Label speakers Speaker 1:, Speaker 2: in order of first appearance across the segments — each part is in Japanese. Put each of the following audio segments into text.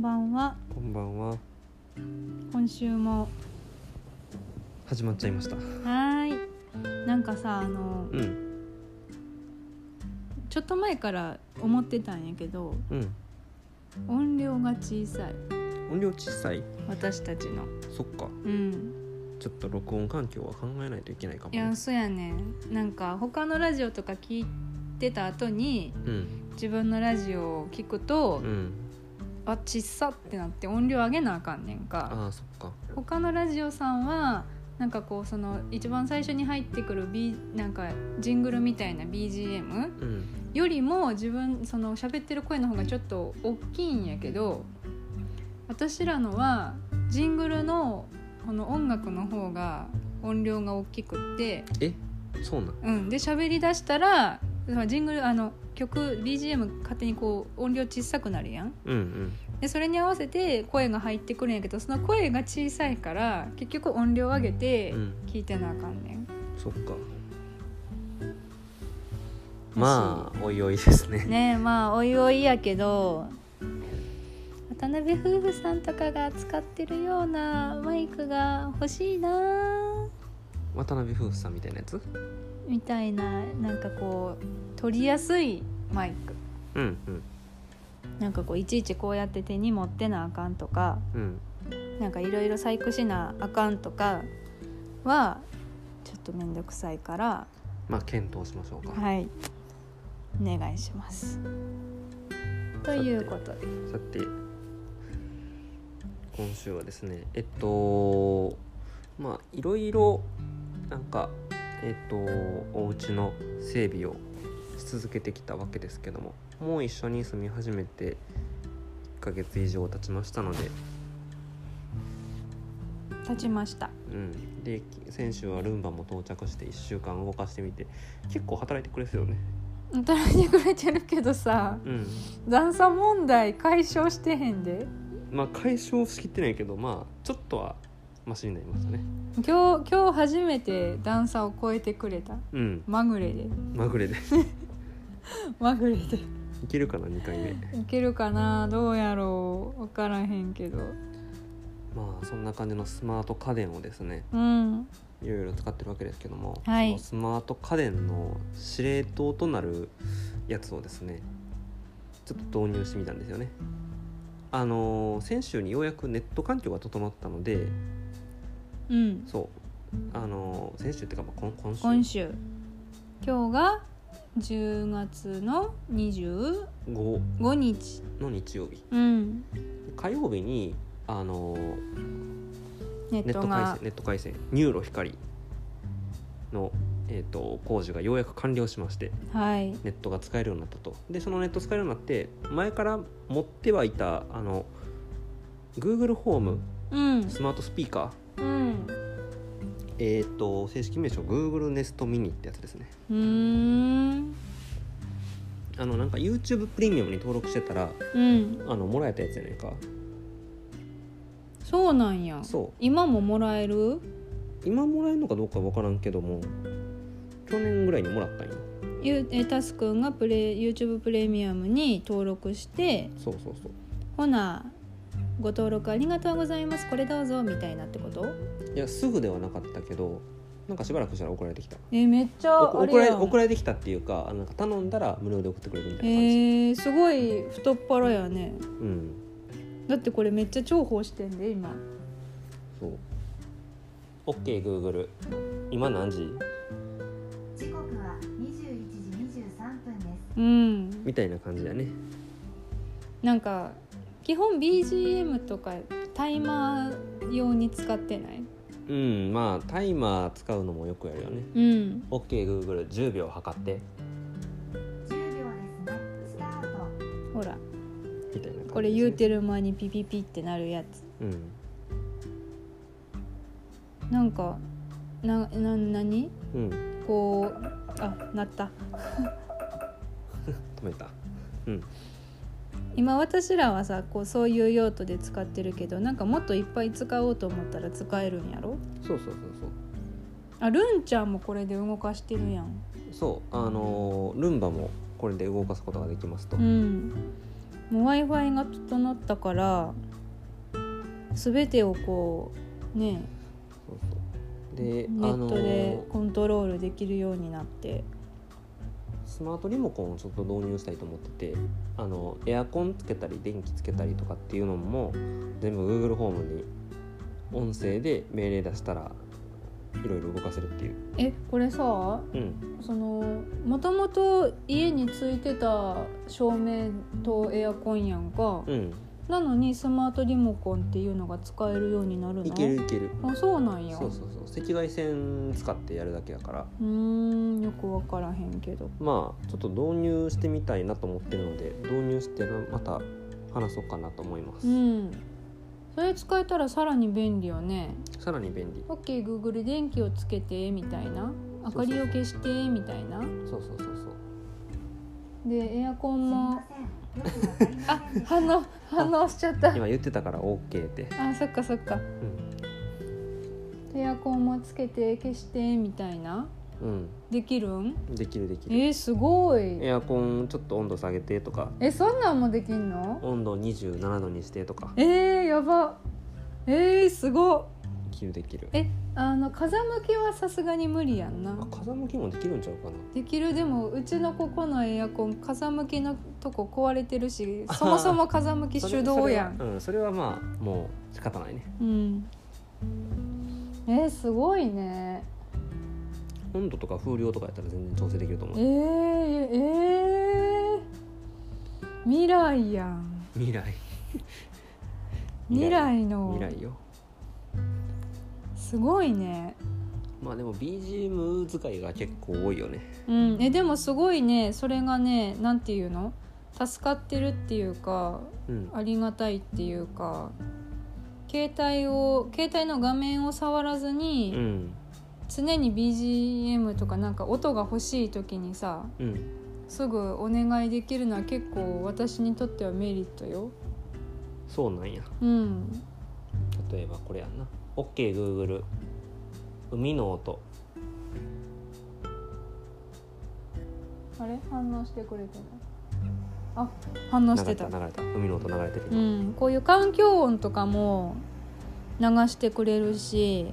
Speaker 1: ばんは
Speaker 2: こんばんは。
Speaker 1: 今週も
Speaker 2: 始まっちゃいました。
Speaker 1: はーいなんかさあの
Speaker 2: うん、
Speaker 1: ちょっと前から思ってたんやけど
Speaker 2: うん。
Speaker 1: 音量が小さい
Speaker 2: 音量小さい。
Speaker 1: 私たちの
Speaker 2: そっか。
Speaker 1: うん
Speaker 2: ちょっと録音環境は考えないといけないかも、
Speaker 1: い
Speaker 2: ね
Speaker 1: や。そうやねんなんか他のラジオとか聞いてた後に
Speaker 2: うん、
Speaker 1: 自分のラジオを聞くと、
Speaker 2: うん。
Speaker 1: あ小っさってなって音量上げなあかんねんか
Speaker 2: ああ、そっか。
Speaker 1: 他のラジオさんはなんかこうその一番最初に入ってくる、B、なんかジングルみたいな BGM
Speaker 2: うん、
Speaker 1: よりも自分その喋ってる声の方がちょっと大きいんやけど私らのはジングルのこの音楽の方が音量が大きくって、
Speaker 2: え、そうなん。
Speaker 1: うん、で喋りだしたらそのジングルあの曲 BGM 勝手にこう音量小さくなるやん
Speaker 2: うん、うん。
Speaker 1: でそれに合わせて声が入ってくるんやけどその声が小さいから結局音量上げて
Speaker 2: うん
Speaker 1: 聞いてなあかんねん、
Speaker 2: そっか。まあ、おいおいですね。
Speaker 1: ねえまあおいおいやけど渡辺夫婦さんとかが使ってるようなマイクが欲しいな
Speaker 2: 渡辺夫婦さんみたいなやつ。
Speaker 1: みたいななんかこう取りやすいマイク
Speaker 2: うん、うん、
Speaker 1: なんかこういちいちこうやって手に持ってなあかんとか
Speaker 2: うん。
Speaker 1: なんかいろいろ細工しなあかんとかはちょっと面倒くさいから
Speaker 2: まあ、検討しましょうか。
Speaker 1: はいお願いします。ということで。
Speaker 2: さて今週はですねえっとまあいろいろなんかえっとお家の整備をし続けてきたわけですけどももう一緒に住み始めて1ヶ月以上経ちましたので、
Speaker 1: 立ちました。
Speaker 2: うん、で先週はルンバも到着して1週間動かしてみて結構働いてくれてたよね
Speaker 1: 働いてくれてるけどさ
Speaker 2: うん
Speaker 1: 残差問題解消してへんで
Speaker 2: まあ解消しきってないけどまあちょっとはマシになりましたね
Speaker 1: 今日今日初めて段差を超えてくれた
Speaker 2: うん
Speaker 1: まぐれで
Speaker 2: まぐれで
Speaker 1: まぐれで
Speaker 2: いけるかな2回目
Speaker 1: いけるかなどうやろう分からへんけど
Speaker 2: まあそんな感じのスマート家電をですね
Speaker 1: うん
Speaker 2: いろいろ使ってるわけですけども、
Speaker 1: はい
Speaker 2: そのスマート家電の司令塔となるやつをですねちょっと導入してみたんですよね。あのー先週にようやくネット環境が整ったので
Speaker 1: うん
Speaker 2: そうあのー先週っていうかまあ今今週
Speaker 1: 今週今日が10月の25
Speaker 2: 5
Speaker 1: 日
Speaker 2: の日曜日
Speaker 1: うん
Speaker 2: 火曜日にあのー
Speaker 1: ネッ
Speaker 2: ネッ
Speaker 1: ト
Speaker 2: ト回
Speaker 1: が
Speaker 2: 線ネット回線ニューロ光の、えー、と工事がようやく完了しまして
Speaker 1: はい
Speaker 2: ネットが使えるようになったとでそのネット使えるようになって前から持ってはいたあの Google ホーム
Speaker 1: うん
Speaker 2: スマートスピーカ
Speaker 1: うん
Speaker 2: ーえっ、と正式名称 Google Nest Mini ってやつですね
Speaker 1: うーん
Speaker 2: あのなんか YouTube プレミアムに登録してたら
Speaker 1: うん
Speaker 2: あのもらえたやつやねんか
Speaker 1: そうなんや
Speaker 2: そう
Speaker 1: 今ももらえる
Speaker 2: 今もらえるのかどうか分からんけども去年ぐらいにもらったんよ
Speaker 1: ゆえタスくんがプレ YouTube プレミアムに登録して
Speaker 2: そうそうそ
Speaker 1: ほなご登録ありがとうございますこれどうぞみたいなってこと
Speaker 2: ういやすぐではなかったけどなんかしばらくしたら送られてきた
Speaker 1: えめっちゃ
Speaker 2: お
Speaker 1: あれ
Speaker 2: 送られ
Speaker 1: やん
Speaker 2: 送られてきたっていうかあのなんか頼んだら無料で送ってくれるみたいな感じ、
Speaker 1: えー、すごい太っ腹やね
Speaker 2: うん
Speaker 1: だってこれめっちゃ重宝してんで今
Speaker 2: そう。OK Google。今何時？
Speaker 3: 時刻は21時23分です。
Speaker 1: うん
Speaker 2: みたいな感じだね。
Speaker 1: なんか基本 BGM とかタイマー用に使ってない
Speaker 2: うん、まあタイマー使うのもよくやるよね。
Speaker 1: うん
Speaker 2: OK Google、10秒測って
Speaker 3: 10秒ですね。スタート。
Speaker 1: ほら
Speaker 2: みたいな感じですね、
Speaker 1: これ言うてる間にピピピってなるやつ
Speaker 2: うん。
Speaker 1: なんかなな何
Speaker 2: うん。止
Speaker 1: こうあなった
Speaker 2: めた。
Speaker 1: 今私らはさこうそういう用途で使ってるけどなんかもっといっぱい使おうと思ったら使えるんやろ
Speaker 2: そうそうそうそう。
Speaker 1: あルンちゃんもこれで動かしてるやん
Speaker 2: そう、あのールンバもこれで動かすことができますと。
Speaker 1: うんもう w i f i が整ったから全てをこうね
Speaker 2: そうそうで、
Speaker 1: ネ
Speaker 2: あ
Speaker 1: ッ
Speaker 2: の
Speaker 1: トでコントロールできるようになって、
Speaker 2: スマートリモコンをちょっと導入したいと思っててあのエアコンつけたり電気つけたりとかっていうのも全部 Google ホームに音声で命令出したらいろいろ動かせるっていう、
Speaker 1: えこれさ
Speaker 2: うん、
Speaker 1: そのもともと家についてた照明とエアコンやんか、
Speaker 2: うん、
Speaker 1: なのにスマートリモコンっていうのが使えるようになるの
Speaker 2: いけるいける
Speaker 1: あそうなんや
Speaker 2: そうそうそう赤外線使ってやるだけやから
Speaker 1: うーんよく分からへんけど
Speaker 2: まあちょっと導入してみたいなと思ってるので導入してまた話そうかなと思います、
Speaker 1: うんそれ使えたらさらに便利よね
Speaker 2: さらに便利
Speaker 1: OKGoogle 電気をつけてみたいな明かりを消してみたいな
Speaker 2: そうそうそうそう
Speaker 1: でエアコンも
Speaker 3: すみません。よくわ
Speaker 1: あ
Speaker 3: かりませんでした
Speaker 1: 反応反応しちゃった
Speaker 2: 今言ってたから OK って
Speaker 1: あそっかそっか
Speaker 2: うん、
Speaker 1: エアコンもつけて消してみたいなできるん
Speaker 2: うん、できるできる
Speaker 1: えー、すご
Speaker 2: エ
Speaker 1: い
Speaker 2: アコンちょっと温度下げてとか
Speaker 1: えそんなんもできんの
Speaker 2: 温度27度にしてとか
Speaker 1: えー、やばえー、すごっ
Speaker 2: できるできる
Speaker 1: えあの風向きはさすがに無理やんな
Speaker 2: あ風向きもできるんちゃうかな
Speaker 1: できるでもうちのここのエアコン風向きのとこ壊れてるしそもそも風向き
Speaker 2: それ
Speaker 1: 手動やん
Speaker 2: それはうんそれはまあもう仕方ないね
Speaker 1: うんえー、すごいね
Speaker 2: 温度とか風量とかやったら全然調整できると
Speaker 1: え
Speaker 2: 思う
Speaker 1: ー、えー、未来やん
Speaker 2: 未来
Speaker 1: 未来の
Speaker 2: 未来よ
Speaker 1: すごいね
Speaker 2: まあでも BGM 使いが結構多いよね
Speaker 1: うんえでもすごいねそれがねなんていうの助かってるっていうか
Speaker 2: うん
Speaker 1: ありがたいっていうか携帯を携帯の画面を触らずに、
Speaker 2: うん
Speaker 1: 常に BGM とかなんか音が欲しい時にさ
Speaker 2: うん
Speaker 1: すぐお願いできるのは結構私にとってはメリットよ
Speaker 2: そうなんや
Speaker 1: うん
Speaker 2: 例えばこれやんな OKGoogle 海の音
Speaker 1: あれ反応してくれてないあ反応
Speaker 2: 流
Speaker 1: して
Speaker 2: れ
Speaker 1: た
Speaker 2: た流れた海の音流れてる
Speaker 1: う
Speaker 2: 今
Speaker 1: ん、こういう環境音とかも流してくれるし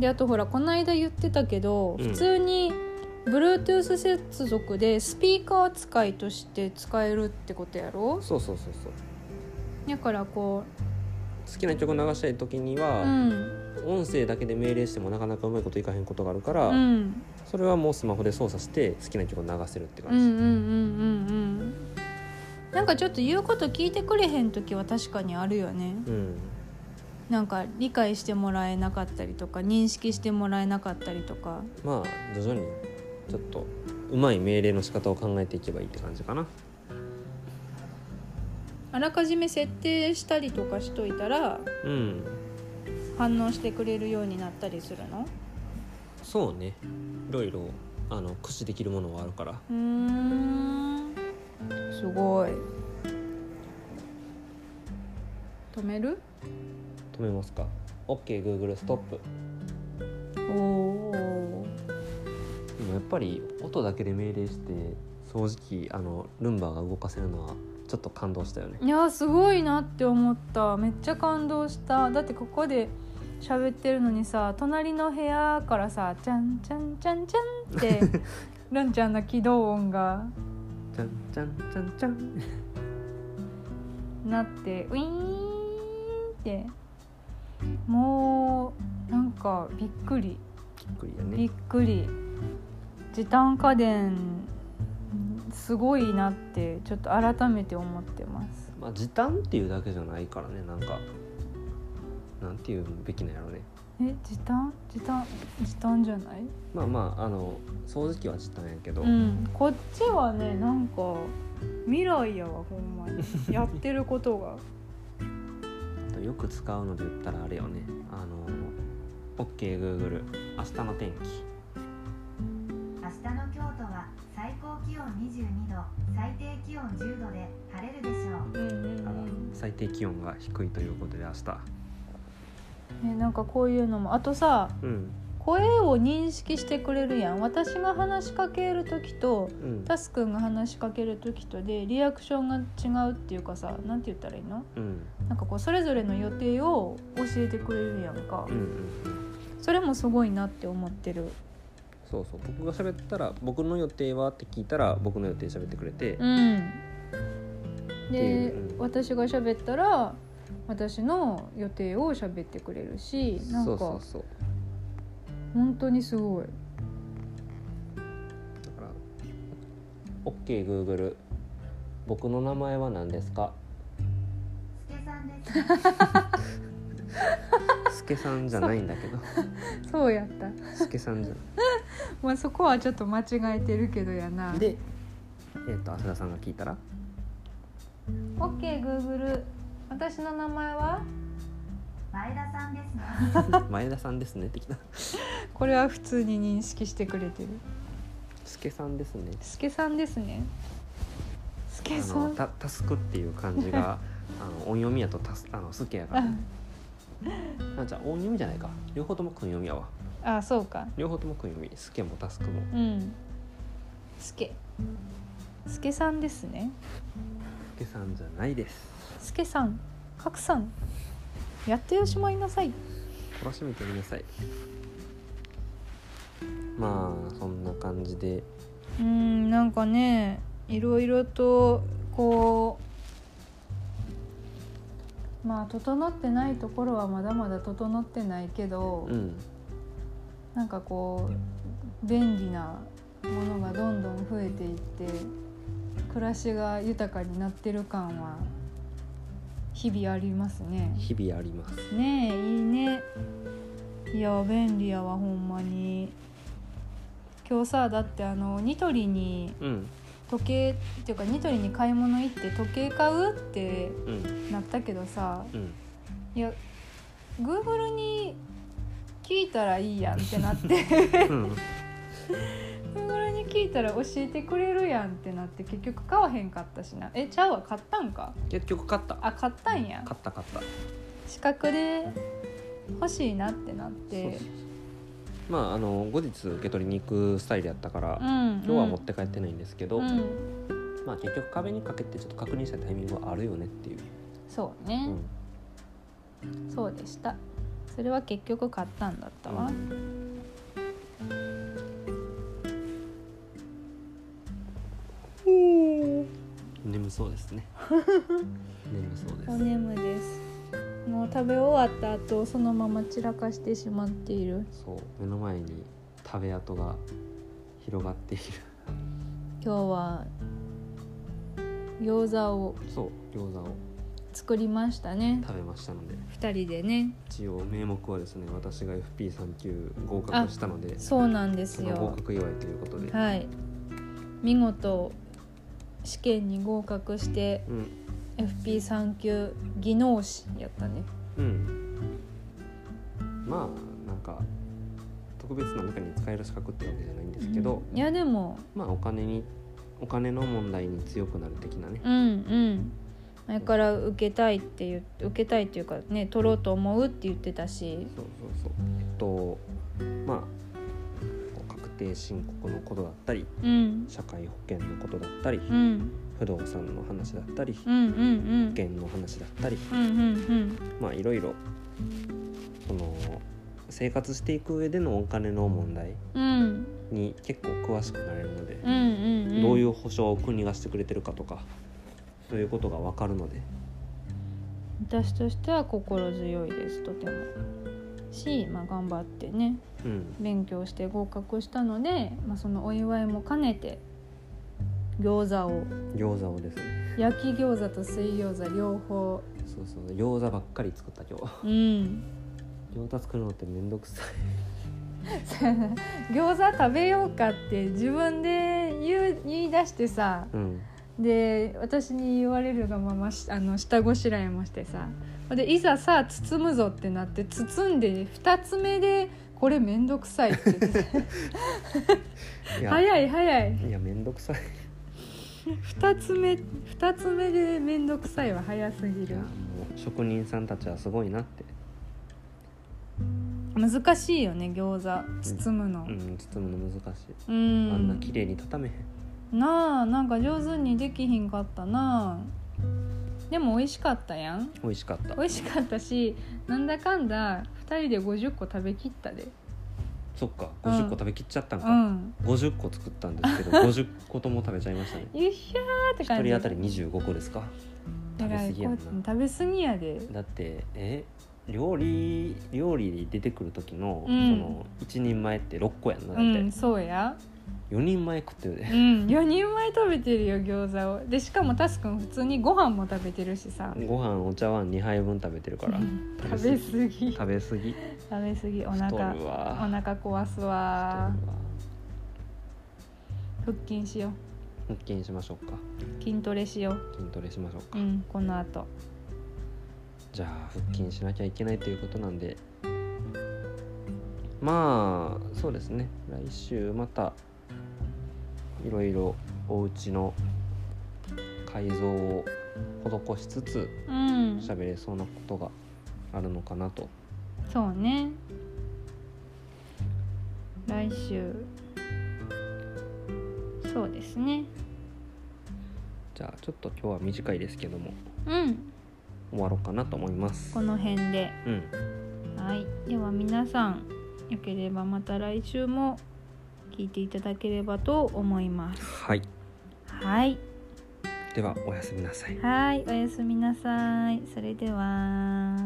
Speaker 1: であとほらこの間言ってたけど、
Speaker 2: うん
Speaker 1: 普通に Bluetooth 接続でスピーカー使いとして使えるってことやろ
Speaker 2: そうそうそうそう
Speaker 1: だからこ
Speaker 2: 好きな曲流したい時に
Speaker 1: う
Speaker 2: は、
Speaker 1: うん
Speaker 2: 音声だけで命令してもなかなかうまいこといかへんことがあるから、
Speaker 1: うん
Speaker 2: それはもうスマホで操作して好きな曲を流せるって
Speaker 1: うんうんうんう
Speaker 2: 感じ、
Speaker 1: んうんなんかちょっと言うこと聞いてくれへん時は確かにあるよね
Speaker 2: うん
Speaker 1: なんか理解してもらえなかったりとか認識してもらえなかったりとか
Speaker 2: まあ徐々にちょっとうまい命令の仕方を考えていけばいいって感じかな
Speaker 1: あらかじめ設定したりとかしといたら
Speaker 2: うん
Speaker 1: 反応してくれるようになったりするの
Speaker 2: そうねいろいろあの駆使できるものはあるから
Speaker 1: うーんすごい止める
Speaker 2: 止めますか OKGoogle ストップ
Speaker 1: おお
Speaker 2: でもやっぱり音だけで命令して掃除機あのルンバが動かせるのはちょっと感動したよね
Speaker 1: いやすごいなって思っためっちゃ感動しただってここで喋ってるのにさ隣の部屋からさ「チャンチャンチャンチ ャン」ってルンちゃんの起動音が
Speaker 2: じゃんじゃんじゃんじゃん
Speaker 1: なってウィーンってもうなんかびっくり
Speaker 2: びっくりや
Speaker 1: び
Speaker 2: ね
Speaker 1: っくり時短家電すごいなってちょっと改めて思ってます
Speaker 2: まあ、時短っていうだけじゃないからねなんかなんていうべきなんやろね
Speaker 1: え時短時短時短じゃない
Speaker 2: まあまああの掃除機は時短やけど、
Speaker 1: うんこっちはねなんか未来やわほんま にやってることが
Speaker 2: あとよく使うので言ったらあれよねあの OKGoogle 明日の天気
Speaker 3: 明日の京都は最高気温22度、最低気温10度で晴れるでしょう。
Speaker 1: うんうん
Speaker 2: あら最低気温が低いということで明日
Speaker 1: ねなんかこういうのもあとさ
Speaker 2: うん
Speaker 1: こ声を認識してくれるやん私が話しかける時と
Speaker 2: うん
Speaker 1: タスくんが話しかける時とでリアクションが違うっていうかさなんて言ったらいいの
Speaker 2: うん
Speaker 1: なんかこうそれぞれの予定を教えてくれるやんか
Speaker 2: うんうん
Speaker 1: それもすごいなって思ってる
Speaker 2: そうそう僕が喋ったら「僕の予定は?」って聞いたら僕の予定喋ってくれて、
Speaker 1: うん
Speaker 2: い
Speaker 1: で
Speaker 2: ううん
Speaker 1: 私が喋ったら私の予定を喋ってくれるしなん
Speaker 2: そ
Speaker 1: か
Speaker 2: うそうそう
Speaker 1: 本当にすごい
Speaker 2: だから「OKGoogle 僕の名前は何ですか?
Speaker 3: すけさんです」
Speaker 2: すけさんじゃないんだけど
Speaker 1: そうやった、
Speaker 2: すけさんじゃ
Speaker 1: まあ、そこはちょっと間違えてるけどやな
Speaker 2: ないでえっ、と浅田さんが聞いたら
Speaker 1: OKGoogle 私の名前は
Speaker 3: 前田さんですね
Speaker 2: 「前田さんですね」って来た
Speaker 1: これは普通に認識してくれてる
Speaker 2: 「すけさんですね」
Speaker 1: すけさんですねすけ
Speaker 2: あ
Speaker 1: さ
Speaker 2: の
Speaker 1: ん
Speaker 2: たタスクっていう漢字があの音読みやとタスあのスケやから、ね、なんじゃ音読みじゃないか両方とも訓読みやわ
Speaker 1: あそうか
Speaker 2: 両方とも訓読みスケもタスクも
Speaker 1: うんすけすけさんですね
Speaker 2: すけさんじゃないです
Speaker 1: すけさんかくさんやっておしまいなさい
Speaker 2: 懲らしめてみなさいまあそんな感じで
Speaker 1: うんなんかねいろいろとこうまあ整ってないところはまだまだ整ってないけど、
Speaker 2: うん
Speaker 1: なんかこう便利なものがどんどん増えていって暮らしが豊かになってる感は日々ありますね。
Speaker 2: 日々あります
Speaker 1: ねえいいねいや便利やわほんまに今日さだってあのニトリに
Speaker 2: うん
Speaker 1: 時計っていうかニトリに買い物行って時計買うって
Speaker 2: うん
Speaker 1: なったけどさ
Speaker 2: うん
Speaker 1: いや Google に聞いたらいいやんってなって
Speaker 2: うん
Speaker 1: Google に聞いたら教えてくれるやんってなって結局買わへんかったしなえちゃうわ買ったんか
Speaker 2: 結局勝った
Speaker 1: あ買ったんや
Speaker 2: 勝った勝った
Speaker 1: 資格で欲しいなってなっ
Speaker 2: そう
Speaker 1: て
Speaker 2: そうまああの後日受け取りに行くスタイルやったから、
Speaker 1: 今
Speaker 2: 今日は持って帰ってないんですけど、
Speaker 1: うん
Speaker 2: まあ結局壁にかけてちょっと確認したタイミングはあるよねっていう、
Speaker 1: そうね
Speaker 2: う、ん
Speaker 1: そうでしたそれは結局買ったんだったわ、
Speaker 2: 眠そうです ね眠そうです
Speaker 1: お眠ですもう食べ終わった後そのまま散らかしてしまっている
Speaker 2: そう目の前に食べ跡が広がっている
Speaker 1: 今日は餃子を
Speaker 2: そう餃子を
Speaker 1: 作りましたね
Speaker 2: 食べましたので
Speaker 1: 2人でね
Speaker 2: 一応名目はですね私が FP3 級合格したので
Speaker 1: そうなんです
Speaker 2: その合
Speaker 1: よ
Speaker 2: 格祝いということで、
Speaker 1: はい見事試験に合格して
Speaker 2: うん
Speaker 1: FP3 級技能士やったね
Speaker 2: うんまあなんか特別な中に使える資格ってわけじゃないんですけど、
Speaker 1: うんいやでも
Speaker 2: まあお金にお金の問題に強くなる的なね、
Speaker 1: うんうん前から受けたいっていう受けたいっていうかね取ろうと思うって言ってたし
Speaker 2: そうそうそうえっとまあこう確定申告のことだったり
Speaker 1: うん
Speaker 2: 社会保険のことだったり、
Speaker 1: うん
Speaker 2: 不動産の話だったり、
Speaker 1: うんうんうん
Speaker 2: 保険の話だったり
Speaker 1: うんうん
Speaker 2: まあいろいろその生活していく上でのお金の問題
Speaker 1: うんうん
Speaker 2: に結構詳しくなれるので、
Speaker 1: うんうんうん
Speaker 2: どういう保証を国がしてくれてるかとかそういうことが分かるので
Speaker 1: 私としては心強いですとてもし、まあ、頑張ってね
Speaker 2: うん
Speaker 1: 勉強して合格したので、まあ、そのお祝いも兼ねて餃子を
Speaker 2: 餃子をですね
Speaker 1: 焼き餃子と水餃子両方
Speaker 2: そうそう餃子ばっかり作った今
Speaker 1: う
Speaker 2: 日
Speaker 1: ん
Speaker 2: 餃子作るのってめんどくさい
Speaker 1: そうやな餃子食べようかって自分で言う言い出してさ
Speaker 2: うん
Speaker 1: で私に言われるがまましあの下ごしらえもしてさでいざさ包むぞってなって包んで2つ目で「これめんどく さい」って言って
Speaker 2: いや
Speaker 1: 早い早い
Speaker 2: いやめんどくさい
Speaker 1: 2つ目2つ目でめんどくさいは早すぎ
Speaker 2: いや
Speaker 1: る
Speaker 2: もう職人さんたちはすごいなって
Speaker 1: 難しいよね餃子包むの
Speaker 2: うん包むの難しい、
Speaker 1: う
Speaker 2: あんなん綺麗に畳めへん
Speaker 1: なあなんか上手にできひんかったなでも美味しかったやん
Speaker 2: 美味しかった
Speaker 1: 美味しかったしなんだかんだ2人で50個食べきったで
Speaker 2: そっか
Speaker 1: うん
Speaker 2: 50個食べきっちゃったん
Speaker 1: う
Speaker 2: か、
Speaker 1: ん
Speaker 2: 50個作ったんですけど 50個とも食べちゃいましたね
Speaker 1: ゆっひゃーって
Speaker 2: 一
Speaker 1: 感じ
Speaker 2: 人当たり25個ですか食べ過ぎやんな
Speaker 1: えらいこ食べ過ぎやで
Speaker 2: だってえ料理料理に出てくる時の、
Speaker 1: うん
Speaker 2: その1人前って6個やんなだ
Speaker 1: う
Speaker 2: って、
Speaker 1: んそうや
Speaker 2: 4人前食ってる
Speaker 1: う
Speaker 2: で、
Speaker 1: ん4人前食べてるよ餃子をでしかもタスくん普通にご飯も食べてるしさ
Speaker 2: ご飯お茶碗2杯分食べてるから
Speaker 1: うん
Speaker 2: 食
Speaker 1: 食
Speaker 2: べ
Speaker 1: べ
Speaker 2: 過
Speaker 1: 過ぎ食
Speaker 2: 食べ過ぎ
Speaker 1: べ過ぎお
Speaker 2: 太
Speaker 1: 腹
Speaker 2: る
Speaker 1: お
Speaker 2: わ
Speaker 1: 腹壊すわ
Speaker 2: 太るわ
Speaker 1: 腹筋しよ
Speaker 2: 腹筋しましょうか
Speaker 1: う筋トレしよう
Speaker 2: 筋トレしましょうか、
Speaker 1: うんこの後
Speaker 2: じゃあ腹筋しなきゃいけないということなんでまあそうですね来週またいろいろお家の改造を施しつつ
Speaker 1: うん
Speaker 2: 喋れそうなことがあるのかなと
Speaker 1: そうね来週そうですね
Speaker 2: じゃあちょっと今日は短いですけども
Speaker 1: うん
Speaker 2: 終わろうかなと思います
Speaker 1: この辺で
Speaker 2: うん
Speaker 1: はいでは皆さんよければまた来週も聞いていただければと思います
Speaker 2: はい
Speaker 1: はい
Speaker 2: ではおやすみなさい
Speaker 1: はいおやすみなさいそれでは